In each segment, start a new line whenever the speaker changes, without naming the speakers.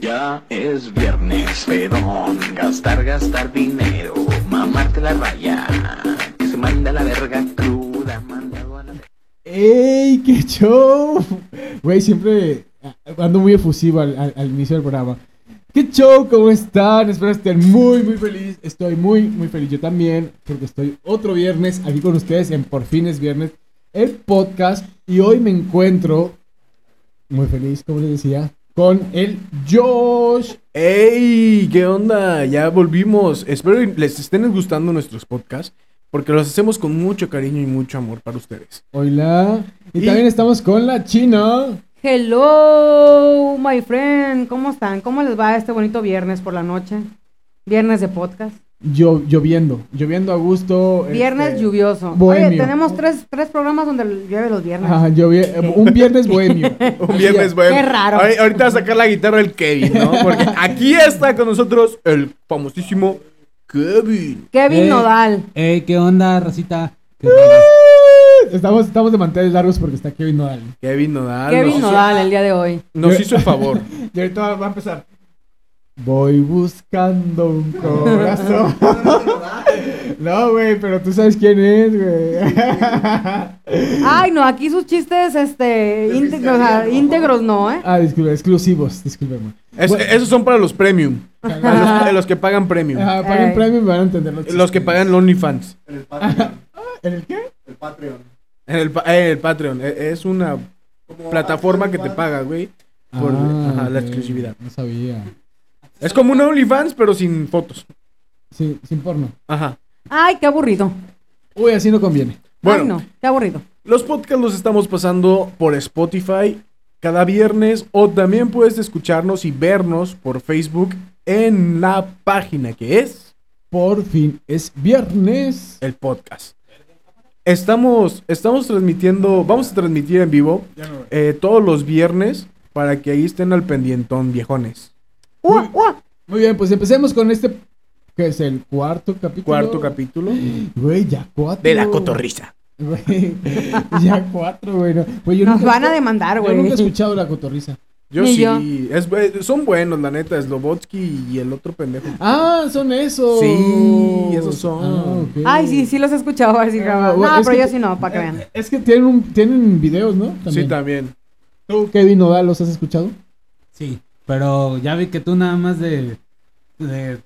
Ya es viernes, pedón, gastar, gastar dinero, mamarte la raya, que se manda la verga cruda, mandado a la...
¡Ey, qué show! Güey, siempre ando muy efusivo al, al- al inicio del programa. ¡Qué show! ¿Cómo están? Espero estén muy, muy feliz. Estoy muy, muy feliz. Yo también, porque estoy otro viernes aquí con ustedes en Por Fin es Viernes, el podcast. Y hoy me encuentro muy feliz, como les decía, con el Josh.
¡Ey! ¿Qué onda? Ya volvimos. Espero y les estén gustando nuestros podcasts porque los hacemos con mucho cariño y mucho amor para ustedes.
Hola. Y,
Y-
también estamos con la China.
Hello, my friend. ¿Cómo están? ¿Cómo les va este bonito viernes por la noche? Viernes de podcast.
Llo- lloviendo, lloviendo a gusto.
Viernes
este,
lluvioso.
bohemio.
Oye, tenemos tres, tres programas donde llueve los viernes.
Ajá, llovi- eh, un viernes bohemio.
Un viernes, bueno.
Qué raro.
Ahori- Ahorita va a sacar la guitarra el Kevin, ¿no? Porque aquí está con nosotros el famosísimo Kevin.
Kevin
Eh.
Nodal.
Ey, ¿qué onda, racita? ¿Qué
Estamos, estamos de manteles largos porque está Kevin Nodal.
Kevin Nodal.
Kevin
nos,
Nodal el día de hoy.
nos hizo el favor.
Y ahorita va a empezar. Voy buscando un corazón. no, güey, pero tú sabes quién es, güey.
Ay, no, aquí sus chistes este, íntegros, o sea, íntegros no, ¿eh?
ah, disculpe, exclusivos, disculpen.
Es- esos son para los premium. Para los, los que pagan premium.
Ah, para
Ay.
un premio me van a entender los,
Los que pagan OnlyFans.
¿En el qué?
En el, pa- eh, el Patreon. E- Es una plataforma que te paga, güey. Ah, Por
Ah,
ajá, la
Ah, ok,
exclusividad.
No sabía.
Es como un OnlyFans, pero sin fotos.
Sí, sin porno.
Ajá.
Ay, qué aburrido.
Uy, así no conviene.
Bueno,
Ay, no, qué aburrido.
los podcasts los estamos pasando por Spotify cada viernes o también puedes escucharnos y vernos por Facebook en la página que es
Por fin es viernes.
el podcast. Estamos, estamos transmitiendo, vamos a transmitir en vivo eh, todos los viernes para que ahí estén al pendientón, viejones.
Ua, ua.
Muy bien, pues empecemos con este, que es el cuarto capítulo.
Cuarto capítulo
Güey, ya cuatro.
de la cotorriza.
Güey, ya cuatro, güey. no. Güey, yo
Nos
nunca-
van a demandar,
Yo
güey.
nunca he escuchado la cotorriza.
Yo
Ni
sí,
yo.
es bu- son buenos, la neta, Slobotsky y el otro pendejo.
Ah, son esos. Ah,
Sí, esos son.
ok.
Ay, sí, sí los he escuchado así,
Ah,
cabrón.
bueno,
No,
es
pero
que-
yo sí no, para que vean.
Eh, Es que tienen, un- tienen videos, ¿no?
Sí, también.
¿Tú, Kevin Nodal, los has escuchado?
Sí, pero ya vi que tú nada más de. de.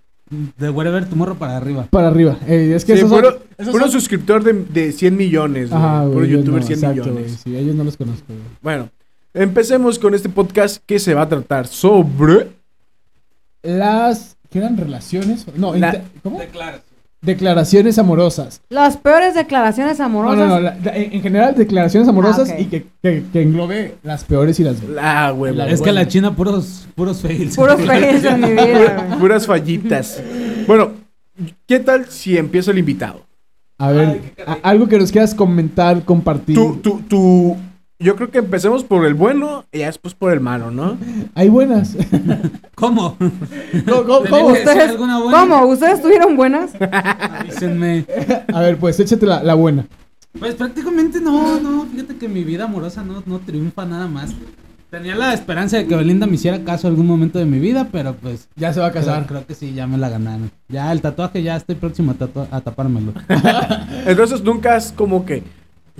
de wherever tu morro para arriba.
Para arriba. Eh, es que
Sí,
esos son-
puro,
esos
puro
son-
suscriptor de, de 100 millones, güey.
Ajá,
puro
güey. yo
youtuber
no,
100
exacto,
millones.
güey, Sí, ellos no los conozco, güey.
Bueno, empecemos con este podcast que se va a tratar sobre
Las. ¿Qué eran relaciones? No,
La-
inter- ¿cómo? Declaraciones amorosas.
Las peores declaraciones
No,
amorosas.
no, no. la- la- en en general, declaraciones amorosas
Ah, ok.
y que, que, que englobe las peores y las.
la huevo.
La-
es que
bueno.
la China puros puros fails.
Puros fails en mi vida, güey.
Puras fallitas. Bueno, ¿qué tal si empieza el invitado?
A ver, a- algo que nos quieras comentar, compartir.
Tú, tú, tú. Yo creo que empecemos por el bueno y ya después por el malo, ¿no?
Hay buenas.
¿Cómo?
¿Cómo, cómo, cómo?
Ustedes-
¿Ustedes,
¿Alguna buena?
¿Cómo? ¿Ustedes tuvieron buenas?
Avísenme.
A ver, pues échate la, la buena.
Pues prácticamente no, no. Fíjate que mi vida amorosa no, no triunfa nada más. Tenía la esperanza de que Belinda me hiciera caso algún momento de mi vida, pero pues.
Ya se va a
Creo,
casar.
creo que sí, ya me la ganaron. Ya el tatuaje, ya estoy próximo a, tatua- a tapármelo.
Entonces nunca has como que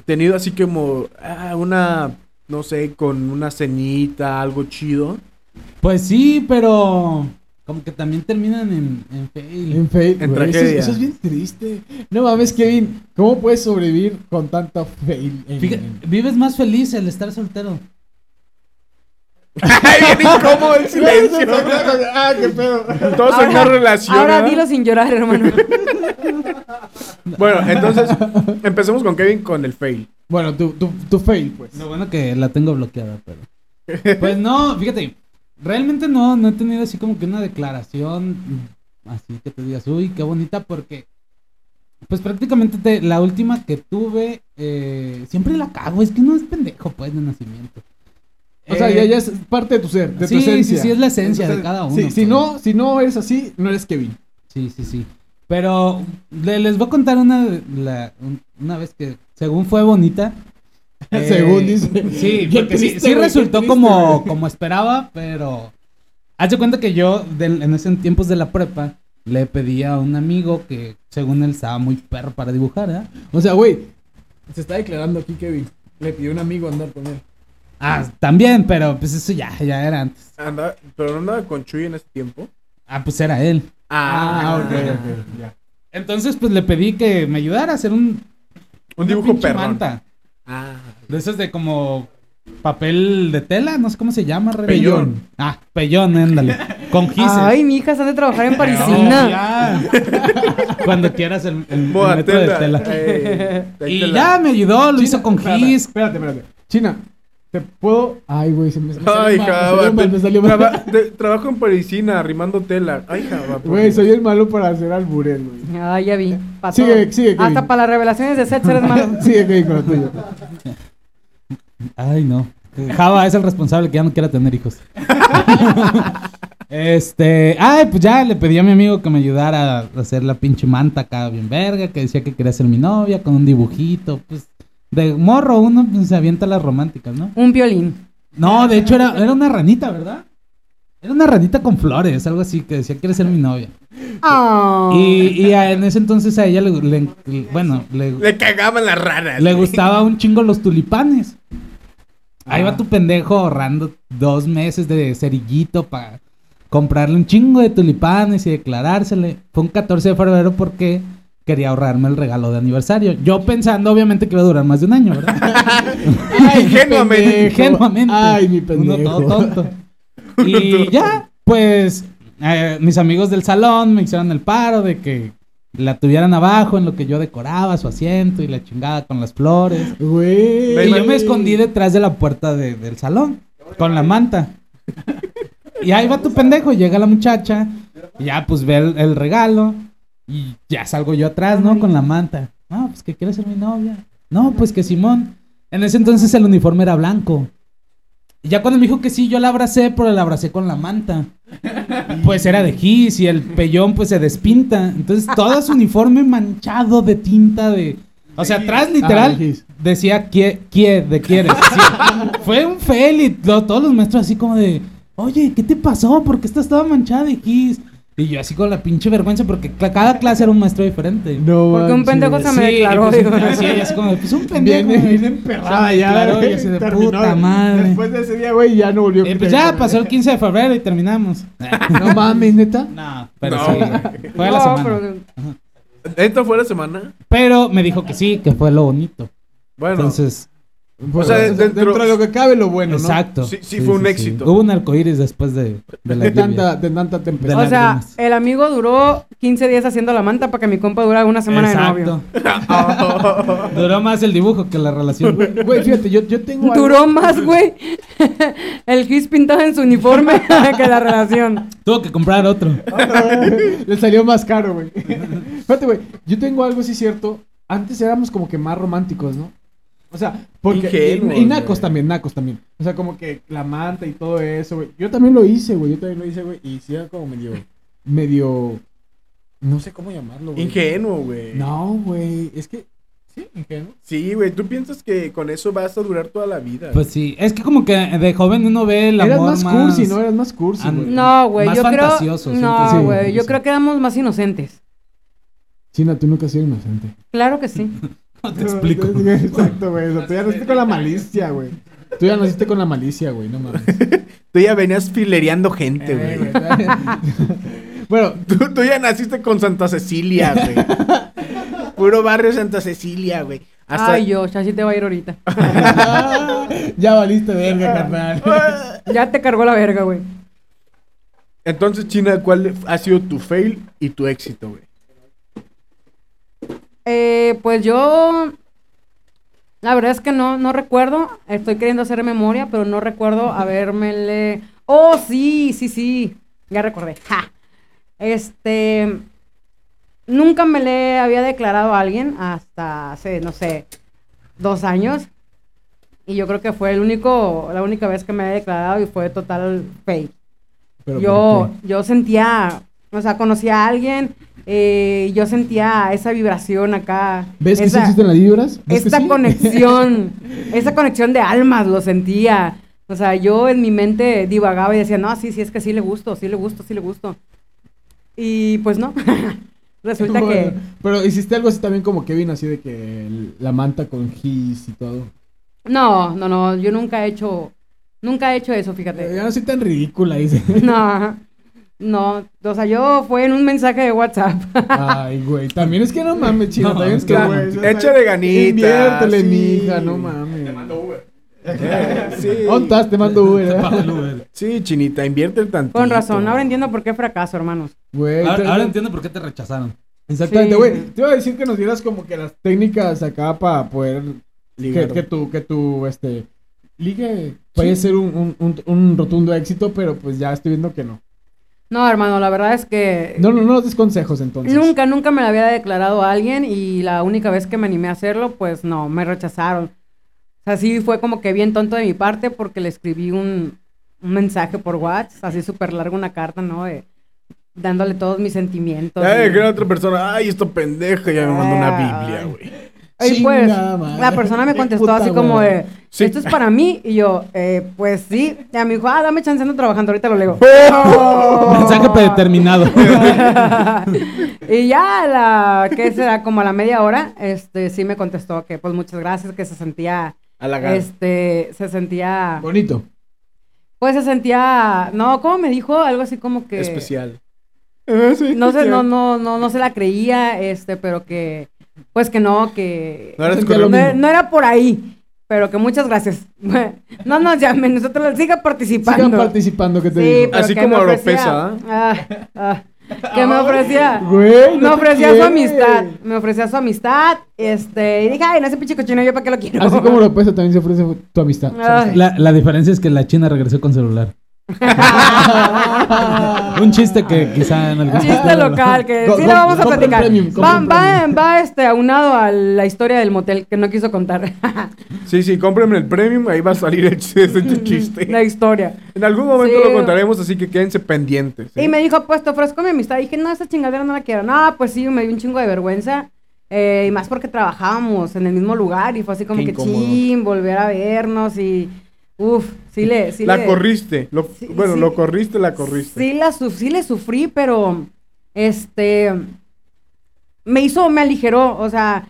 tenido así como ah, una, no sé, con una cenita, algo chido.
Pues sí, pero como que también terminan en, en fail.
En fail.
En
güey, eso, es-
tragedia.
eso es bien triste. No mames, Kevin. ¿Cómo puedes sobrevivir con tanta fail? en-
Fija-
en-
vives más feliz el estar soltero.
¡Ay, bien incómodo el silencio!
ah, qué pedo.
Todos en una relación.
ahora
¿verdad?
dilo sin llorar, hermano.
Bueno, entonces empecemos con Kevin con el fail.
Bueno, tu, tu, tu fail, pues.
Lo bueno que la tengo bloqueada, pero. Pues no, fíjate, realmente no, no he tenido así como que una declaración así que te digas, uy, qué bonita, porque. Pues prácticamente te- la última que tuve, eh, siempre la cago, es que no es pendejo, pues, de nacimiento.
O sea,
Eh,
ya, ya es parte de tu ser, de tu
sí, sí,
esencia.
sí, es la esencia de cada uno,
Sí, si,
pues.
no, si no eres así, no eres Kevin.
Sí, sí, sí. Pero le- les voy a contar una, la- un- una vez que, según fue bonita.
Según dice.
Sí,
Qué
porque sí,
triste,
sí
güey, qué
resultó
triste,
como,
güey.
como esperaba, pero Haz de cuenta que yo, del- en esos tiempos de la prepa, le pedí a un amigo que, según él, estaba muy perro para dibujar, ¿eh?
O sea, güey, se está declarando aquí Kevin. Le pidió un amigo andar con él.
Ah, también, pero pues eso ya, ya era antes.
Andaba- pero no andaba con Chuy en ese tiempo.
Ah, pues era él.
Ah, ok, ok, ya.
Entonces, pues le pedí que me ayudara a hacer un,
Un
una
dibujo
pinche
perrón.
manta.
Ah,
De esos de como papel de tela, no sé cómo se llama. Rebe.
Pellón.
Ah, pellón, ándale. Con gises.
Ay, mi hija, se ha de trabajar en
No,
Parisina.
ya. Cuando quieras el, el- el
Boa
metro de
tela.
tela.
Ey, de
Y
tela.
ya me ayudó, lo hizo con
espérate,
gis.
Espérate, espérate. China, ¿te puedo...? Ay, güey, se me, me salió
Ay,
mal, me salió
Java.
mal,
te-
me salió
traba-
mal.
te- trabajo en Parisina, arrimando tela. Ay, Java. por
Güey,
Dios.
soy el malo para hacer albures, güey.
Ay, ya vi. Pasó.
Sigue, sigue, Kevin.
Hasta para las revelaciones de Seth eres malo.
Sigue Kevin con lo tuyo.
Ay, no. Java es el responsable que ya no quiera tener hijos. este. Ay, pues ya le pedí a mi amigo que me ayudara a hacer la pinche manta acá, bien verga, que decía que quería ser mi novia con un dibujito. Pues de morro uno pues, se avienta las románticas, ¿no?
Un violín.
No, de hecho era, era una ranita, ¿verdad? Era una ranita con flores, algo así, que decía quiere ser mi novia.
Ah.
Y, y a- en ese entonces a ella le, le- le- bueno, le,
Le cagaban las ranas.
le gustaba un chingo los tulipanes. Ahí
Ah.
va tu pendejo ahorrando dos meses de cerillito para comprarle un chingo de tulipanes y declarársele. Fue un 14 de febrero porque quería ahorrarme el regalo de aniversario. Yo pensando, obviamente, que iba a durar más de un año, ¿verdad?
Ay, mi
Ingenuamente.
pendejo.
Ingenuamente.
Ay, mi
Uno
pendejo.
todo tonto. Y ya, pues, eh, mis amigos del salón me hicieron el paro de que la tuvieran abajo en lo que yo decoraba su asiento y la chingada con las flores.
Güey.
Y yo me escondí detrás de la puerta de- del salón, con la manta. Y ahí va tu pendejo, llega la muchacha, y ya pues ve el, el regalo, y ya salgo yo atrás, ¿no? Con la manta. No, pues que quiere ser mi novia. No, pues que Simón. En ese entonces el uniforme era blanco. Y ya cuando me dijo que sí, yo la abracé, pero la abracé con la manta. Pues era de gis y el pellón pues se despinta. Entonces todo su uniforme manchado de tinta de... O sea, atrás literal
Ah, de gis.
decía quie, quie de quieres. así. Fue un fail y lo- todos los maestros así como de... Oye, ¿qué te pasó? ¿Por qué estás toda manchada de gis? Y yo así con la pinche vergüenza porque cla- cada clase era un maestro diferente.
No
Porque un
manches.
pendejo se
Sí,
me declaró.
pues,
digo.
así, así como de, pues un pendejo.
Viene,
güey.
viene emperrada
Se me
Ah, ya.
declaró
güey,
y así de
terminó.
puta madre.
Después de ese día, güey, ya no volvió.
Eh,
a
pues
quitar
ya
el
pasó el 15 de febrero y terminamos.
No mames, neta.
No, pero
No,
sí.
güey.
Fue a la
No,
semana. Pero...
pero-
¿Esto fue la semana?
me dijo que sí, que fue lo bonito.
Bueno,
Entonces,
Pues, O
sea,
dentro,
dentro
de lo que cabe, lo bueno, ¿no?
exacto.
Sí, sí fue un éxito.
Hubo un arcoíris después de, de la
De
lluvia.
tanta, de tanta tempestad.
De
O sea,
lágrimas.
el amigo duró 15 días haciendo la manta para que mi compa durara una semana de novio.
Exacto.
Ah,
Duró más el dibujo que la relación.
Güey, fíjate, yo, yo tengo algo-
Duró más, güey, el gis pintado en su uniforme que la relación.
Tuvo que comprar otro.
Le salió más caro, güey. Fíjate, güey, yo tengo algo, sí cierto. Antes éramos como que más románticos, ¿no? O sea, porque...
Ingenuos,
y, y nacos
güey.
también, nacos también. O sea, como que la manta y todo eso, güey. Yo también lo hice, güey. Yo también lo hice, güey. Y sí era como medio... medio... No sé cómo llamarlo, güey.
Ingenuo, güey.
No, güey. Es que... Sí, ingenuo.
Sí, güey. ¿Tú piensas que con eso vas a durar toda la vida?
Pues sí, es que como que de joven uno ve el
Eras
amor
más, cursi, ¿no? Eras más cursi,
And-
güey.
No, güey,
Más
yo creo.
fantasioso,
No,
siento.
güey,
Sí,
yo
sí.
creo que éramos más inocentes.
China, tú nunca has sido inocente.
Claro que sí.
No te explico.
Exacto, güey. O sea, tú ya naciste con la malicia, güey. Tú ya naciste con la malicia, güey. No mames.
Tú ya venías filereando gente,
Eh,
güey.
güey. bueno,
Tú, tú ya naciste con Santa Cecilia, güey. Puro barrio Santa Cecilia, güey. Hasta...
Ay, yo, Shashi te va a ir ahorita.
ya valiste verga, carnal.
Ah.
Ya te cargó la verga, güey.
Entonces, China, ¿cuál ha sido tu fail y tu éxito, güey?
Eh, pues yo. La verdad es que no, no recuerdo. Estoy queriendo hacer memoria, pero no recuerdo habérmele. Oh, sí, sí, sí. Ya recordé. Ja. Este. Nunca me le había declarado a alguien hasta hace, no sé, dos años. Y yo creo que fue el único, la única vez que me había declarado y fue total fake
Pero,
yo,
¿por
yo sentía, o sea, conocía a alguien, eh, yo sentía esa vibración acá.
qué? ¿Ves que sí
esa,
existen las vibras? ¿Ves que
Esta
sí?
conexión, esa conexión de almas lo sentía. O sea, yo en mi mente divagaba y decía, no, sí, sí, es que sí le gusto, sí le gusto, sí le gusto. Y pues no. Resulta que...
Bueno, Pero hiciste algo así también como Kevin, así de que el- la manta con gis y todo.
No, no, no, yo nunca he hecho... Nunca he hecho eso, fíjate.
Eh, Ya no soy tan ridícula, dice.
No, no, o sea, yo fue en un mensaje de WhatsApp.
Ay, güey. También es que no mames, chido.
No,
también Pues, es que,
claro.
güey. ya
Échale
sabes,
ganitas,
Inviértele,
sí.
mija, no mames. Oh, Te mando
Sí.
Te mando Uber.
Te pago
¿eh?
el Uber.
Sí, chinita, invierte el tantito.
Con razón, ahora entiendo por qué fracaso, hermanos.
Güey. te-
Ahora, ahora entiendo por qué te rechazaron.
Exactamente,
Sí.
güey. Te iba a decir que nos dieras como que las técnicas acá para poder. Que,
Ligar.
que tu, que tu, este. Ligue. Puede ser un, un, un, un rotundo éxito, pero pues ya estoy viendo que no.
No, hermano, la verdad es que
No, no, no nos des consejos entonces.
Eh, nunca, nunca me la había declarado a alguien y la única vez que me animé a hacerlo, pues no, me rechazaron. O sea, sí fue como que bien tonto de mi parte porque le escribí un, un mensaje por WhatsApp, así súper largo, una carta, ¿no? De- dándole todos mis sentimientos.
Ay,
y-
que era otra persona. Ay, esto pendeja. Ya me mandó una Biblia, güey.
Y pues,
Chingada madre.
la persona me
Qué
contestó
puta
así como
hueva.
de,
Sí.
esto es para mí. Y yo, eh, pues sí. Y me dijo, ah, dame chance, ando trabajando, ahorita lo leo.
Mensaje predeterminado.
y ya, a la, ¿qué será? Como a la media hora, este, sí me contestó que, pues muchas gracias, que se sentía,
A la gana.
este, se sentía,
Bonito.
pues se sentía, no, ¿cómo me dijo? Algo así como que...
Especial.
Ah,
No sé, no, no, no, no se la creía, este, pero que, pues que no, que...
No eres
Sentía
correcto.
lo
No,
mismo.
no era por ahí, pero que muchas gracias. No nos llamen, nosotros siga participando.
Sigan participando, que te
Sí,
digo.
pero
Así
que
como
me ofrecía-
Oropesa,
Ah, ah, que me ofrecía.
Güey,
Me
no te
ofrecía su
quiere.
amistad. Me ofrecía su amistad. Este, y dije, ay, no ese pinche cochino, yo para qué lo quiero.
Así como lo pesa, también se ofrece tu amistad.
Ay.
La, la diferencia es que la China regresó con celular.
Ah.
Ah.
Un chiste que quizá en algún
Chiste local, que
Co-
sí
co-
lo vamos a
compren
platicar.
premium,
va,
compren
va-
premium.
va, este aunado a la historia del motel que no quiso contar.
Sí, sí, cómprenme el premium. Ahí va a salir el chiste. este
la
chiste.
historia.
En algún momento
Sí.
lo contaremos, así que quédense pendientes. ¿eh? ¿sí?
Y me dijo, pues te ofrezco mi amistad. dije, no, esa chingadera no la quiero. No, pues sí, me dio un chingo de vergüenza. eh, y más porque trabajábamos en el mismo lugar y fue así como
Qué
que
incómodo.
chin, volver a vernos y. Uf, sí le. Sí
la
le-
corriste. lo-
Sí,
bueno,
sí.
lo corriste, la corriste.
Sí, la su- sí le sufrí, pero. Este. Me hizo, me aligeró. O sea,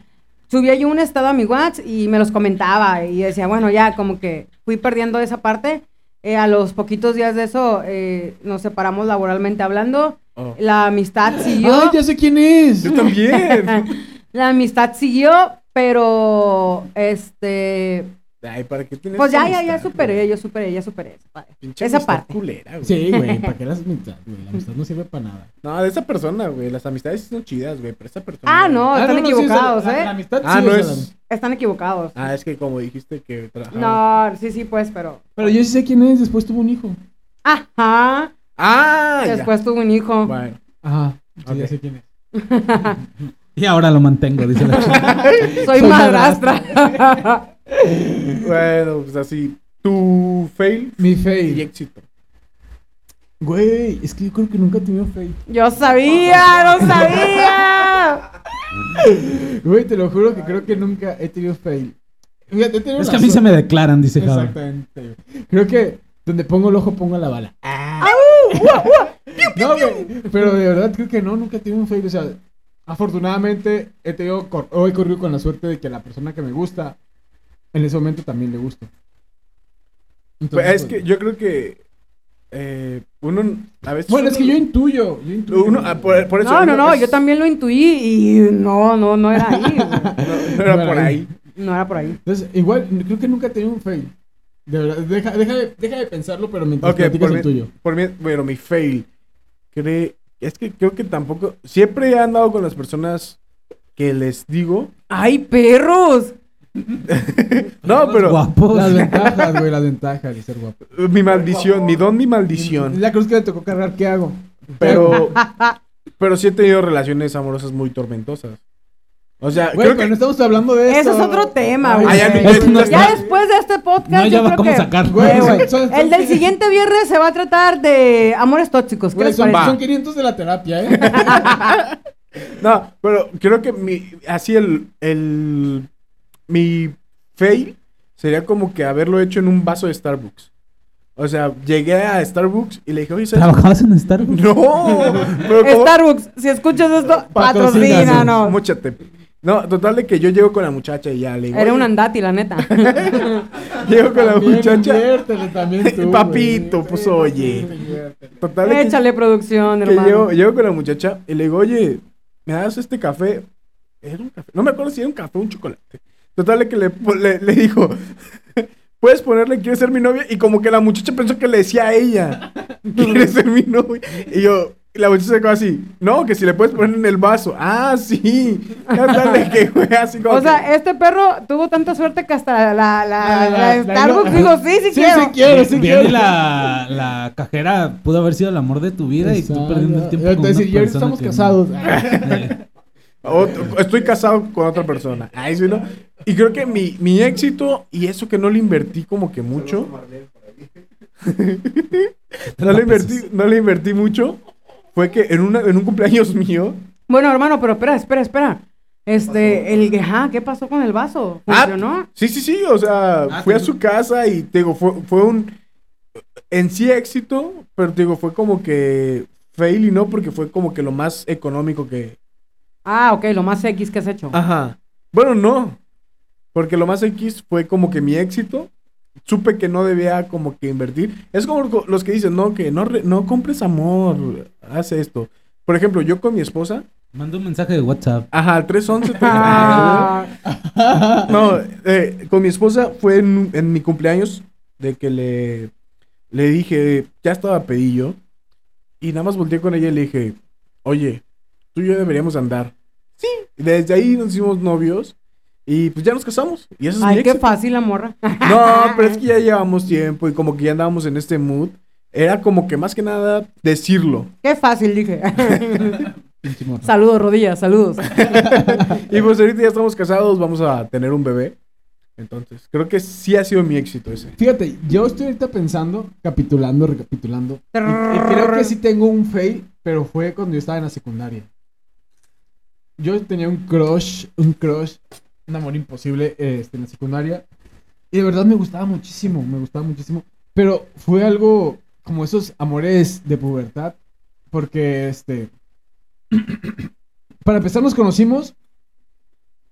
subía yo un estado a mi WhatsApp y me los comentaba. Y decía, bueno, ya, como que fui perdiendo esa parte. Eh, a los poquitos días de eso, eh, nos separamos laboralmente hablando.
Oh.
La amistad siguió.
Ay, ya sé quién es.
Yo también.
La amistad siguió, pero este.
Ay, ¿para qué tienes
Pues ya, ya,
amistad,
ya superé,
güey?
yo superé, ya superé esa parte.
Pinche
esa
amistad
parte.
culera, güey.
Sí, güey, ¿para qué las amistad, güey? La amistad no sirve para nada.
No, de esa persona, güey. Las amistades son chidas, güey. Pero esa persona.
Ah, no, están
Ah, no, no, sí, o sea,
equivocados,
la-
¿eh?
La amistad
Ah,
sí,
no
o sea,
es.
la-
Están equivocados.
Ah, es que como dijiste que trabajaba.
No, sí, sí, pues, pero.
Pero yo sí sé quién es, después tuvo un hijo.
Ajá.
Ah, ya.
Después tuvo un hijo.
Bueno.
Ajá. Sí,
Ok.
ya sé quién es.
Y ahora lo mantengo, dice la China.
Soy
Soy
madrastra.
Bueno, pues así. Tu fail
Mi
y
fail.
éxito.
Güey, es que yo creo que nunca he tenido fail.
Yo sabía, no sabía.
Güey, te lo juro que creo que nunca he tenido fail. Fíjate, he tenido
Es
la
que a mí se
suerte.
me declaran, dice Javier.
Exactamente. Creo que donde pongo el ojo, pongo la bala. Ah. No, güey, pero de verdad creo que no, nunca he tenido un fail. O sea, afortunadamente he tenido, cor- hoy corrido con la suerte de que la persona que me gusta, en ese momento también le gusto.
Pues,
Entonces,
es
pues,
que yo creo que. eh, uno. A veces.
Bueno, es
uno-
que yo intuyo. yo intuyo.
Uno, ah, por, por eso.
No, no,
uno
no,
es-
yo también lo intuí y no, no, no era ahí. güey.
No, no era por ahí.
No era por ahí.
Entonces, igual, n- creo que nunca he tenido un fail. De verdad, deja, deja, de, deja de pensarlo, pero mientras
Ok,
platicas
por
el
mí,
tuyo.
por mí- bueno, mi fail. Cre- es que creo que tampoco. Siempre he andado con las personas que les digo.
¡Ay, perros!
No, pero
Guapos.
Las ventajas, güey, las ventajas de ser guapo.
eh, mi maldición, mi don, mi maldición.
La cruz que le tocó cargar, ¿qué hago?
Pero, pero sí he tenido relaciones amorosas muy tormentosas. O sea,
Güey,
creo
pero
que
no estamos hablando de eso.
Eso es otro tema,
Ay,
güey.
ya
Es que
Ya
no está-
después de este podcast,
No
yo
lleva
creo
cómo
que
sacar. Eh,
Güey,
güey.
son- son-
el del siguiente viernes se va a tratar de amores tóxicos. ¿Qué
Güey,
les
son,
parece?
son 500 de la terapia, ¿eh?
No, pero creo que mi. Así el. el mi fail sería como que haberlo hecho en un vaso de Starbucks. O sea, llegué a Starbucks y le dije, oye, ¿sabes?
¿Trabajabas en Starbucks?
No, pero como-
Starbucks, si escuchas esto,
Patrocínanos.
patrocínanos.
Múchate. No, total de que yo llego con la muchacha y ya le digo.
Era
"Oye",
un andati, la neta.
Llego con la muchacha.
Inviértele también tú, güey.
Papito, pues, oye.
Inviértele.
Total de que,
Échale producción,
que llego,
hermano.
llego con la muchacha y le digo, oye, ¿me das este café? Era un café. No me acuerdo si era un café o un chocolate. Total de que le, le, le dijo, puedes ponerle, quieres ser mi novia. Y como que la muchacha pensó que le decía a ella, quieres ser mi novia. Y yo, y la muchacha se quedó así, no, que si le puedes poner en el vaso. Ah, sí. Total de que fue así como.
O
que-
sea, este perro tuvo tanta suerte que hasta la, la,
La-
la,
la-
la Starbucks
la-
dijo, sí, sí,
Sí,
quiero.
sí quiero, sí
Bien,
quiero.
y la, la cajera pudo haber sido el amor de tu vida y tú
Exacto.
perdiendo el tiempo
Yo te
con
voy a
una
decir, y ahorita
persona
estamos
que no.
casados.
Eh,
Otro- estoy casado con otra persona. Ay, sí, ¿no? Y creo que mi, mi éxito y eso que no le invertí como que mucho. no le invertí, no le invertí mucho. Fue que en, una, en un cumpleaños mío.
Bueno, hermano, pero espera, espera, espera. Este, el, ajá, ¿qué pasó con el vaso?
Ah,
¿Funcionó?
Sí, sí, sí. O sea,
Ah,
fui a
sí.
su casa y te digo, fue, fue un. En sí éxito, pero te digo, fue como que fail y no, porque fue como que lo más económico que.
Ah, ok, lo más X que has hecho.
Ajá. Bueno, no. Porque lo más X fue como que mi éxito. Supe que no debía como que invertir. Es como co- los que dicen, no, que no, re- no compres amor. Haz esto. Por ejemplo, yo con mi esposa.
Manda un mensaje de WhatsApp.
Ajá, al 311.
Ah,
no, eh, con mi esposa fue en, en mi cumpleaños de que le, le dije, ya estaba pedillo. Y nada más volteé con ella y le dije, oye, tú y yo deberíamos andar. Sí. Y Desde ahí nos hicimos novios y pues ya nos casamos. Y eso es mi
Ay, qué
éxito.
fácil la morra.
No, pero es que ya llevamos tiempo y como que ya andábamos en este mood. Era como que más que nada decirlo.
Qué fácil, dije.
pinche morra.
saludos, rodillas, saludos.
Y pues ahorita ya estamos casados, vamos a tener un bebé. Entonces, creo que sí ha sido mi éxito ese.
Fíjate, yo estoy ahorita pensando, capitulando, recapitulando. Y, y creo que sí tengo un fail, pero fue cuando yo estaba en la secundaria. Yo tenía un crush, un crush, un amor imposible este, en la secundaria. Y de verdad me gustaba muchísimo, me gustaba muchísimo. Pero fue algo como esos amores de pubertad. Porque, este. para empezar, nos conocimos.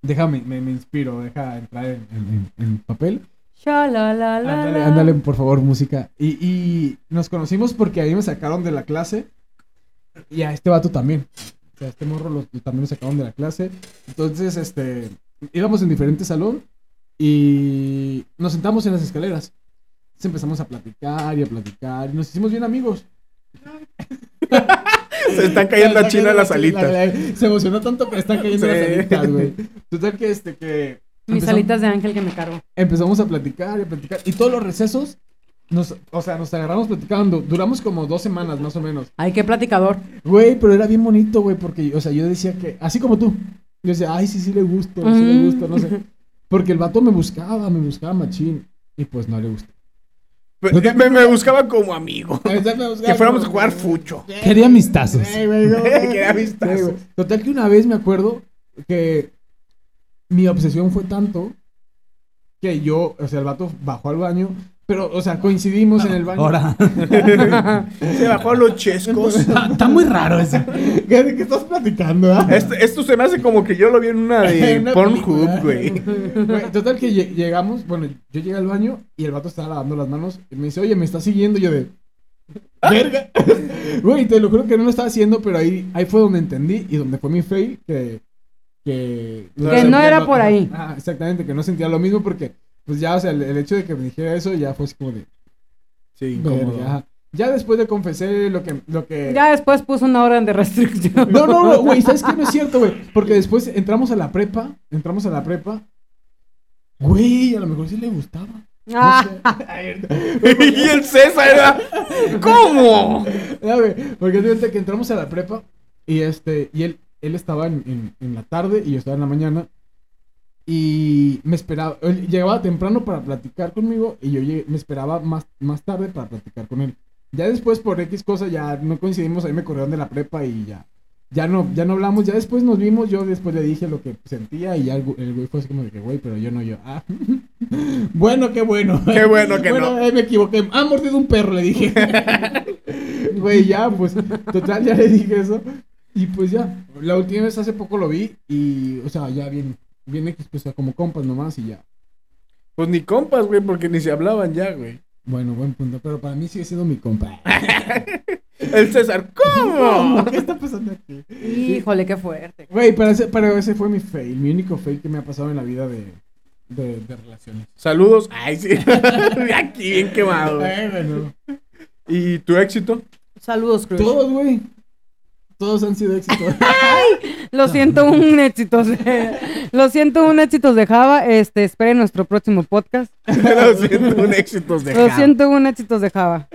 Déjame, me, me inspiro, deja entrar en- en- en- en papel.
Shalalala.
Ándale, ándale, por favor, música. Y, y nos conocimos porque a mí me sacaron de la clase y a este vato también. O sea, a este morro lo- lo- también lo sacaron de la clase. Entonces, este, íbamos en diferente salón y nos sentamos en las escaleras. Entonces empezamos a platicar y a platicar y nos hicimos bien amigos.
Se están cayendo a China las alitas.
Se emocionó tanto que están cayendo las
Sí.
alitas, güey. Total que este que...
Mis
empezamos-
alitas de ángel que me cargo.
empezamos a platicar y a platicar. Y todos los recesos, nos, o sea, nos agarramos platicando. Duramos como dos semanas más o menos.
Ay, qué platicador.
Güey, pero era bien bonito, güey, porque, o sea, yo decía que, así como tú, yo decía, ay, sí, sí le gusto, sí le gusto, no sé. Porque el vato me buscaba, me buscaba machín. Y pues no le gusta.
Me, me buscaba como amigo. Que fuéramos a jugar fucho.
Quería mis tazos.
Ey, güey, no, güey.
Qué amistazo.
Sí, güey. Total que una vez me acuerdo que mi obsesión fue tanto que yo, o sea, el vato bajó al baño, pero, o sea, coincidimos en el baño.
Ahora.
Se bajó a los chescos.
Está está muy raro eso.
¿Qué, de qué estás platicando? ah?
Este- esto se me hace como que yo lo vi en una de
En una película.
Pornhub, güey.
Güey, Total que lle- llegamos, bueno, yo llegué al baño y el vato estaba lavando las manos y me dice, oye, me está siguiendo. Y yo de,
Ah.
verga. Güey, te lo juro que no lo estaba haciendo, pero ahí, ahí fue donde entendí y donde fue mi fail que... Que,
Que no
sentía
era
lo-
por ahí.
Ah, exactamente, que no sentía lo mismo porque, pues ya, o sea, el, el hecho de que me dijera eso ya fue así como de,
Sí,
verga.
incómodo.
ajá. Ya después de confesé lo que... Lo que
Ya después puso una orden de restricción.
no, no, no, güey, ¿sabes qué? No es cierto, güey. Porque después entramos a la prepa, entramos a la prepa. Güey, a lo mejor sí le gustaba.
Ah,
y el César era. ¿Cómo?
Ya, güey, porque fíjate que entramos a la prepa y este, y él, él estaba en, en- en la tarde y yo estaba en la mañana. Y me esperaba, él llegaba temprano para platicar conmigo y yo llegué- me esperaba más, más tarde para platicar con él. Ya después por X cosa ya no coincidimos, ahí me corrieron de la prepa y ya. ya no, ya no hablamos, ya después nos vimos, yo después le dije lo que sentía y ya el gu- el güey fue así como de que, güey, pero yo no, yo, ah, bueno, qué bueno.
Qué bueno que no.
ahí me equivoqué, ah, mordido un perro, le dije. Güey, ya, pues, total, ya le dije eso. Y pues ya, la última vez hace poco lo vi y, o sea, ya bien, bien X, pues, o sea, como compas nomás y ya.
Pues ni compas, güey, porque ni se hablaban ya, güey.
Bueno, buen punto, pero para mí sigue siendo mi compa.
El César, ¿cómo?
¿Qué está pasando aquí?
Híjole, qué fuerte.
Güey, pero ese, pero ese fue mi fail, mi único fail que me ha pasado en la vida de, de, de relaciones.
Saludos. Ay, sí. Aquí bien quemado. güey.
Eh, bueno.
¿Y tu éxito?
Saludos, Cruz.
Todos, güey. Todos han sido éxitos.
Lo siento, un éxito. de- Lo siento, un éxito de Java. Este, esperen nuestro próximo podcast.
Los 101 éxitos de
Lo
Java.
siento, un éxito de Java.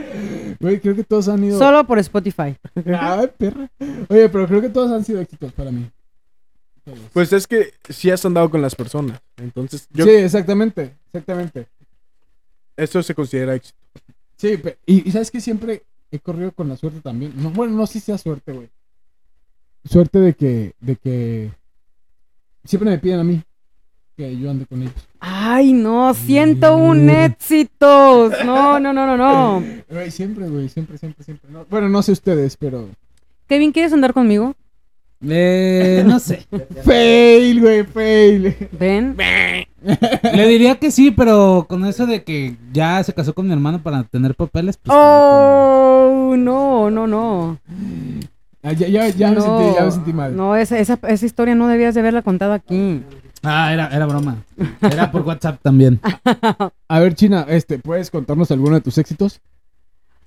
Güey, creo que todos han ido.
Solo por Spotify.
Ay, perra. Oye, pero creo que todos han sido éxitos para mí.
Pues es que sí has andado con las personas. Entonces, yo,
Sí, exactamente. Exactamente.
eso se considera éxito.
Sí, pe- y, y sabes que siempre he corrido con la suerte también. No, bueno, no sé si sea suerte, güey. Suerte de que, de que siempre me piden a mí que yo ande con ellos.
Ay, no, 101
Mm.
éxitos. No, no, no, no, no.
Güey, siempre, güey, siempre, siempre, siempre. No- bueno, no sé ustedes, pero.
Kevin, ¿quieres andar conmigo?
Eh, no sé.
Fail, güey, fail.
Ven.
Le diría que sí, pero con eso de que ya se casó con mi hermano para tener papeles, pues.
Oh, no, no, no.
Ah, ya, ya, ya me
No,
sentí, ya me sentí mal.
No, esa, esa, esa historia no debías de haberla contado aquí.
Ah, era, era broma. Era por WhatsApp también.
A ver, China, este, ¿puedes contarnos alguno de tus éxitos?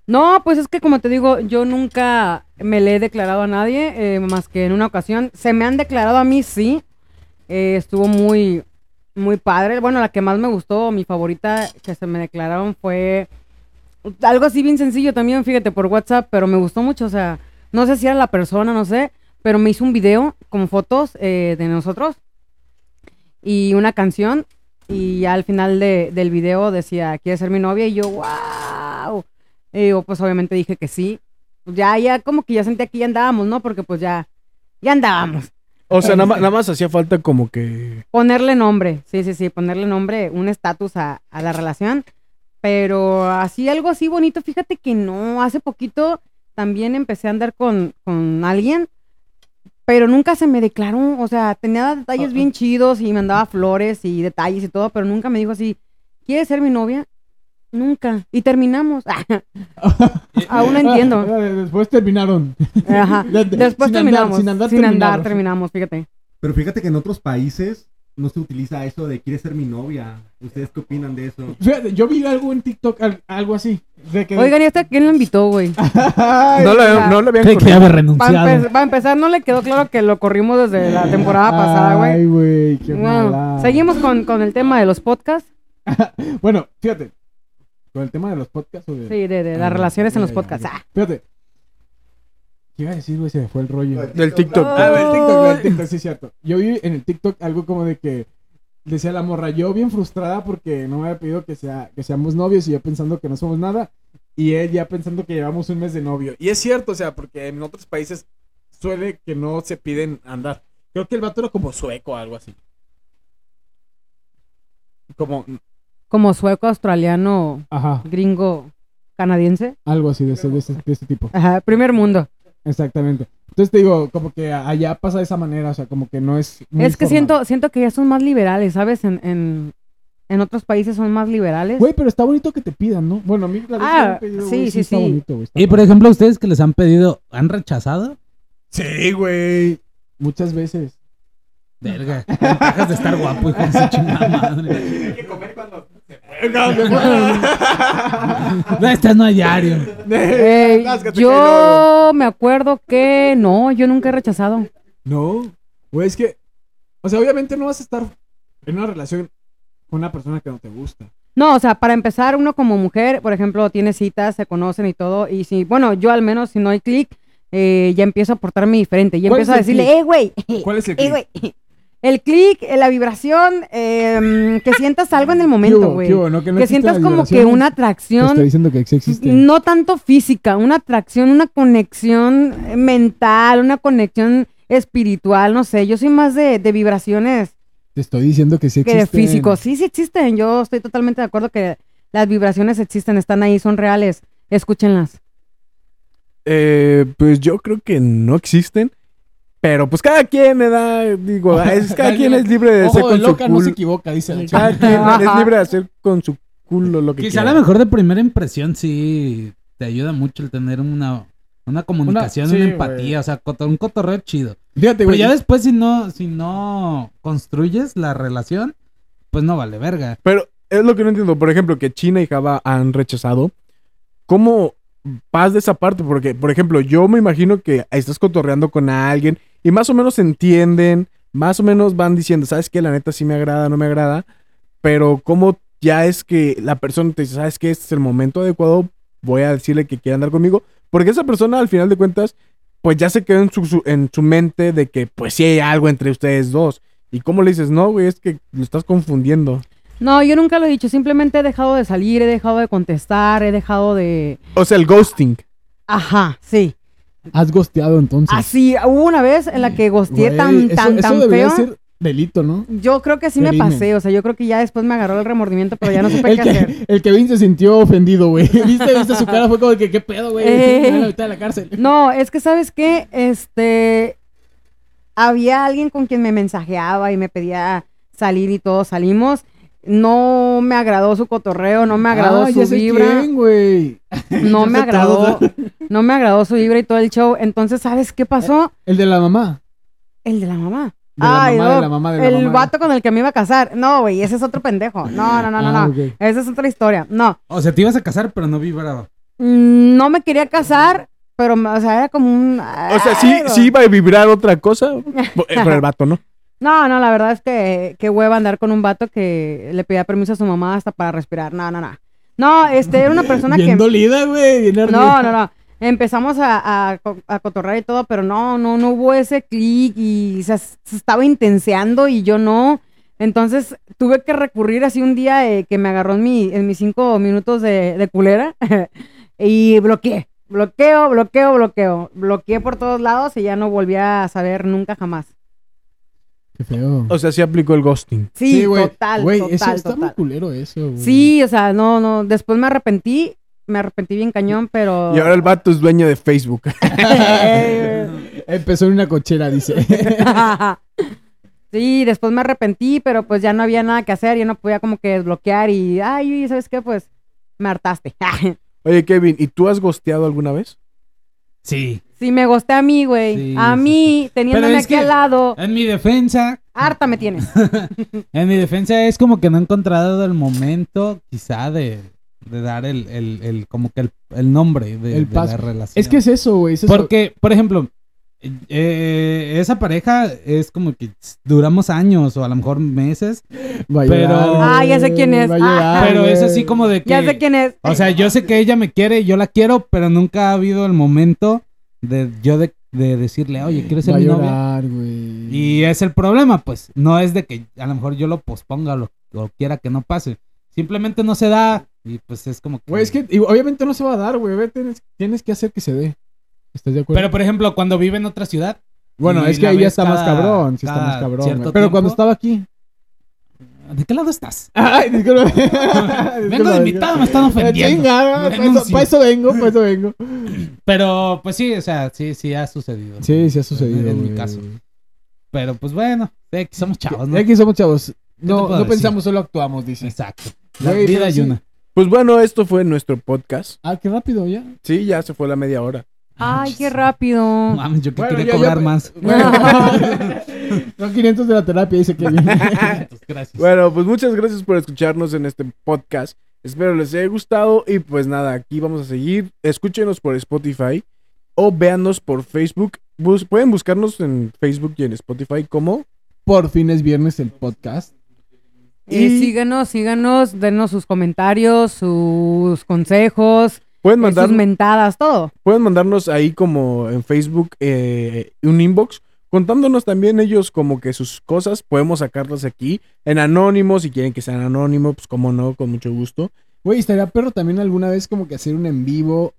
No, pues es que como te digo, yo nunca me le he declarado a nadie, eh, más que en una ocasión. Se me han declarado a mí, sí. Eh, estuvo muy, muy padre. Bueno, la que más me gustó, mi favorita que se me declararon fue algo así bien sencillo también, fíjate, por WhatsApp, pero me gustó mucho. O sea, no sé si era la persona, no sé, pero me hizo un video con fotos eh, de nosotros y una canción. Y ya al final de- del video decía, ¿quieres ser mi novia? Y yo, wow. Y digo, pues obviamente dije que sí. Pues Ya, ya, como que ya sentía que ya andábamos, ¿no? Porque pues ya, ya andábamos.
O sea, nada, ma- nada más hacía falta como que.
Ponerle nombre, sí, sí, sí, ponerle nombre, un estatus a, a la relación. Pero así, algo así bonito, fíjate que no, hace poquito también empecé a andar con, con alguien, pero nunca se me declaró, o sea, tenía detalles bien chidos y me mandaba flores y detalles y todo, pero nunca me dijo así, ¿quieres ser mi novia? Nunca. Y terminamos. Aún no entiendo.
Ah, Después terminaron.
Ajá.
De- de-
Después
sin andar,
terminamos.
sin andar
sin andar
terminaron.
terminamos, fíjate.
Pero fíjate que en otros países no se utiliza eso de quieres ser mi novia. ¿Ustedes qué opinan de eso?
Fíjate, yo vi algo en TikTok, al- algo así. De que...
Oigan, ¿y hasta quién lo invitó, güey?
Ay,
No
ya.
la, no la habían
Creo que
corrido.
ya había
Para
renunciado.
empezar, no le quedó claro que lo corrimos desde la temporada pasada,
Ay,
güey.
güey, qué
Bueno,
mala.
seguimos con, con el tema de los podcasts,
Bueno, fíjate. Con el tema de los podcasts. o de-
sí, de, de las
Ah,
relaciones en los
ya, ya,
podcasts.
ya.
Ah.
Fíjate. ¿Qué iba a decir, güey? Se me fue el rollo.
Del TikTok.
No.
Ah, güey, el TikTok, güey, el TikTok, sí, es cierto. Yo vi en el TikTok algo como de que decía la morra, yo bien frustrada porque no me había pedido que, sea, que seamos novios y yo pensando que no somos nada. Y él ya pensando que llevamos un mes de novio. Y es cierto, o sea, porque en otros países suele que no se piden andar. Creo que el vato era como sueco o algo así. Como, mm,
Como sueco, australiano,
ajá,
gringo, canadiense.
algo así de ese, de ese- de ese tipo.
Ajá, primer mundo.
Exactamente. Entonces te digo, como que allá pasa de esa manera, o sea, como que no es... muy
es que
formal.
siento, siento que ya son más liberales, ¿sabes? En, en, en otros países son más liberales.
Güey, pero está bonito que te pidan, ¿no? Bueno, a mí la vez
Ah,
que me han pedido, güey,
sí, sí,
está
sí.
bonito, güey. está
Y por ejemplo, ustedes que les han pedido, ¿han rechazado?
Sí, güey. Muchas veces.
Verga. Ventajas de estar guapo, hijo de su chingada madre.
que comer cuando...
No, este no es diario.
Eh,
Láscate que
yo me acuerdo que no, yo nunca he rechazado.
no, güey, es que. O sea, obviamente no vas a estar en una relación con una persona que no te gusta.
No, o sea, para empezar, uno como mujer, por ejemplo, tiene citas, se conocen y todo, y si, bueno, yo al menos, si no hay clic, eh, ya empiezo a portarme diferente, ya
¿Cuál
empiezo
es
a
el
decirle,
clic?
eh, güey,
¿Cuál es el
eh,
clic?
güey. El clic, eh, la vibración, em, que sientas algo en el
¿Qué
momento,
hubo?
güey.
¿Qué hubo? No, que no
que
existe
sientas
la
como que
vibración.
una
Te
atracción,
estoy diciendo que ex- existe.
no tanto física, una atracción, una conexión eh, mental, una conexión espiritual, no sé. Yo soy más de, de vibraciones
Te estoy diciendo que sí
que de
existe.
físico. Sí, sí existen. Yo estoy totalmente de acuerdo que las vibraciones existen, están ahí, son reales. Escúchenlas.
Eh, pues yo creo que no existen. Pero pues cada quien me da, digo, es, cada quien es libre de hacer
Ojo de
con su
loca, no se
culo.
equivoca, dice la
Cada
chica.
quien es libre de hacer con su culo lo que
Quizá a
quiera.
lo mejor de primera impresión sí te ayuda mucho el tener una, una comunicación,
Una-
una,
sí,
empatía,
güey.
o sea, coto- un cotorreo chido.
Fíjate,
Pero
Este, güey.
ya después si no, si no construyes la relación, pues no vale verga.
Pero es lo que no entiendo. Por ejemplo, que China y Java han rechazado. ¿Cómo vas de esa parte? Porque, por ejemplo, yo me imagino que estás cotorreando con alguien y más o menos se entienden, más o menos van diciendo, ¿sabes qué? La neta sí me agrada, no me agrada. Pero ¿cómo ya es que la persona te dice, ¿sabes qué? Este es el momento adecuado, voy a decirle que quiere andar conmigo. Porque esa persona, al final de cuentas, pues ya se quedó en su, su- en su mente de que, pues sí hay algo entre ustedes dos. ¿Y cómo le dices, no, güey? Es que lo estás confundiendo.
No, yo nunca lo he dicho. Simplemente he dejado de salir, he dejado de contestar, he dejado de.
O sea, el ghosting.
Ajá, sí.
Has gosteado entonces.
Así, hubo una vez en la que gosteé
Güey,
tan,
eso-
tan,
eso
tan
debería
feo.
ser delito, ¿no?
Yo creo que sí me
Crimen.
pasé, o sea, yo creo que ya después me agarró el remordimiento, pero ya no supe
El
qué hacer.
que, el que Vin se sintió ofendido, güey. ¿Viste? ¿Viste su cara? Fue como que, ¿qué pedo, güey?
Eh.
A la mitad de la cárcel.
No, es que sabes qué, este, había alguien con quien me mensajeaba y me pedía salir y todos salimos. No me agradó su cotorreo, no me agradó
Ah,
su
ya sé
vibra.
quién, güey.
No
Ya
me
sé todo.
agradó, no me agradó su vibra y todo el show. Entonces, ¿sabes qué pasó?
El de la mamá.
El de la mamá.
De la
Ay,
mamá, de
no,
la mamá, de la
el
mamá.
vato con el que me iba a casar. No, güey, ese es otro pendejo. No, no, no, no,
Ah,
no.
ok.
Esa es otra historia. No.
O sea, te ibas a casar, pero no vibraba.
Mm, No me quería casar, pero, me- o sea, era como un...
O sea, sí,
algo.
sí iba a vibrar otra cosa. bo- eh, Pero el vato, ¿no?
No, no, la verdad es que qué hueva andar con un vato que le pedía permiso a su mamá hasta para respirar. No, no, no. No, este, era una persona
Bien
que...
dolida, güey. bien ardida.
No, no, no. Empezamos a, a co- a cotorrear y todo, pero no, no, no hubo ese clic y se, se estaba intenseando y yo no. Entonces tuve que recurrir así un día eh, que me agarró en, mi, en mis cinco minutos de, de culera y bloqueé. Bloqueo, bloqueo, bloqueo. Bloqueé por todos lados y ya no volví a saber nunca jamás.
Qué feo.
O sea, sí aplicó el ghosting.
Sí,
güey.
total,
Güey,
total,
eso está muy
total.
culero eso, güey.
Sí, o sea, no, no. Después me arrepentí, me arrepentí bien cañón, pero.
Y ahora el vato es dueño de Facebook.
eh.
Empezó en una cochera, dice.
sí, después me arrepentí, pero pues ya no había nada que hacer, yo no podía como que desbloquear y, ay, ¿sabes qué? Pues me hartaste.
Oye, Kevin, ¿y tú has ghosteado alguna vez?
Sí.
sí, me gusté a mí, güey.
Sí,
a
sí,
mí, teniéndome
Pero es
aquí
que-
al lado,
En mi defensa,
harta me tienes.
En mi defensa es como que no he encontrado el momento, quizá, de, de dar el, el, el- como que el, el nombre de,
El
de
paso.
la relación.
es que es eso, güey. es eso.
Porque, por ejemplo, eh, esa pareja es como que duramos años o a lo mejor meses,
Va a
pero-
Ah, ya sé quién es.
va a llorar,
pero es
Ah, güey.
así como de que...
ya sé quién es.
O sea, yo sé que ella me quiere y yo la quiero, pero nunca ha habido el momento de yo de, de decirle, oye, ¿quieres ser
Va a
mi novia?
llorar, güey.
Y es el problema, pues. No es de que a lo mejor yo lo posponga o, lo, o quiera que no pase. Simplemente no se da. Y pues es como que.
Güey, es que y obviamente no se va a dar, güey. Ve, Tienes, tienes que hacer que se dé. ¿Estás de acuerdo?
Pero por ejemplo, cuando vive en otra ciudad.
bueno,
y
es que ahí
la
ya
ves
está más
cada-
cabrón. Sí, está
cada
más cabrón.
cierto
güey. Pero cuando
tiempo.
estaba aquí.
¿De qué lado estás?
Ay, disculpe.
Vengo de invitado, me
Eh,
están ofendiendo.
Venga, para eso,
Renuncio.
pa' eso vengo, para eso vengo.
Pero pues sí, o sea, sí, sí ha sucedido.
Sí, sí ha sucedido.
En mi
güey.
caso. Pero pues bueno, eh, que somos chavos, ¿no?
Y Aquí somos chavos. No,
puedo
no
decir?
pensamos, solo actuamos, dice.
Exacto. La
Güey,
vida
pero
hay
sí.
una.
Pues bueno, esto fue nuestro podcast.
Ah, qué rápido, ya.
Sí, ya se fue la media hora.
Ay, qué rápido.
Mames, yo que
Bueno,
quería
ya- ya-
cobrar más.
Son 500 de la terapia, dice que bien.
Pues, gracias.
Bueno, pues muchas gracias por escucharnos en este podcast. Espero les haya gustado y pues nada, aquí vamos a seguir. Escúchenos por Spotify o véanos por Facebook. Bus- pueden buscarnos en Facebook y en Spotify como...
Por fin es viernes el podcast.
Y
Y-
síganos, síganos, denos sus comentarios, sus consejos,
Pueden
sus
mandar...
mentadas, todo.
Pueden mandarnos ahí como en Facebook eh, un inbox contándonos también ellos como que sus cosas, podemos sacarlas aquí en anónimo, si quieren que sean anónimo, pues como no, con mucho gusto.
Güey, estaría perro también alguna vez como que hacer un en vivo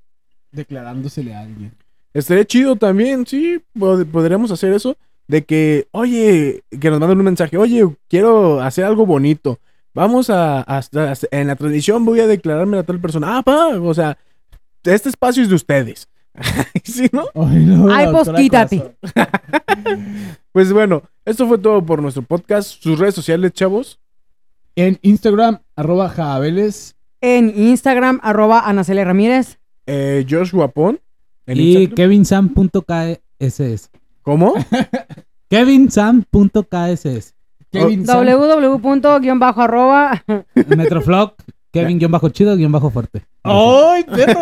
declarándosele a alguien.
Estaría chido también, sí, pod- podríamos hacer eso, de que, oye, que nos manden un mensaje, oye, quiero hacer algo bonito, vamos a, a- a- en la tradición voy a declararme a tal persona, ah, pa, o sea, este espacio es de ustedes. ¿Sí, no?
Ay, no,
Ay, pues,
doctora
quítate.
Corazón.
Pues bueno, esto fue todo por nuestro podcast, sus redes sociales, chavos.
En Instagram, arroba jabeles.
En Instagram, arroba Anacele Ramírez.
Eh, Joshua Pon. en
Y
Instagram.
e
kevinsam.kss.
¿Cómo?
e
kevinsam.kss.
Oh.
Kevin Sam.
www.arroba.
Metroflog. Kevin-chido-fuerte.
¡Ay, perro!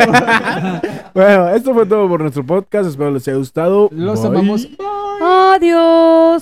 Bueno, esto fue todo por nuestro podcast. Espero les haya gustado.
Los
Bye.
amamos.
Adiós.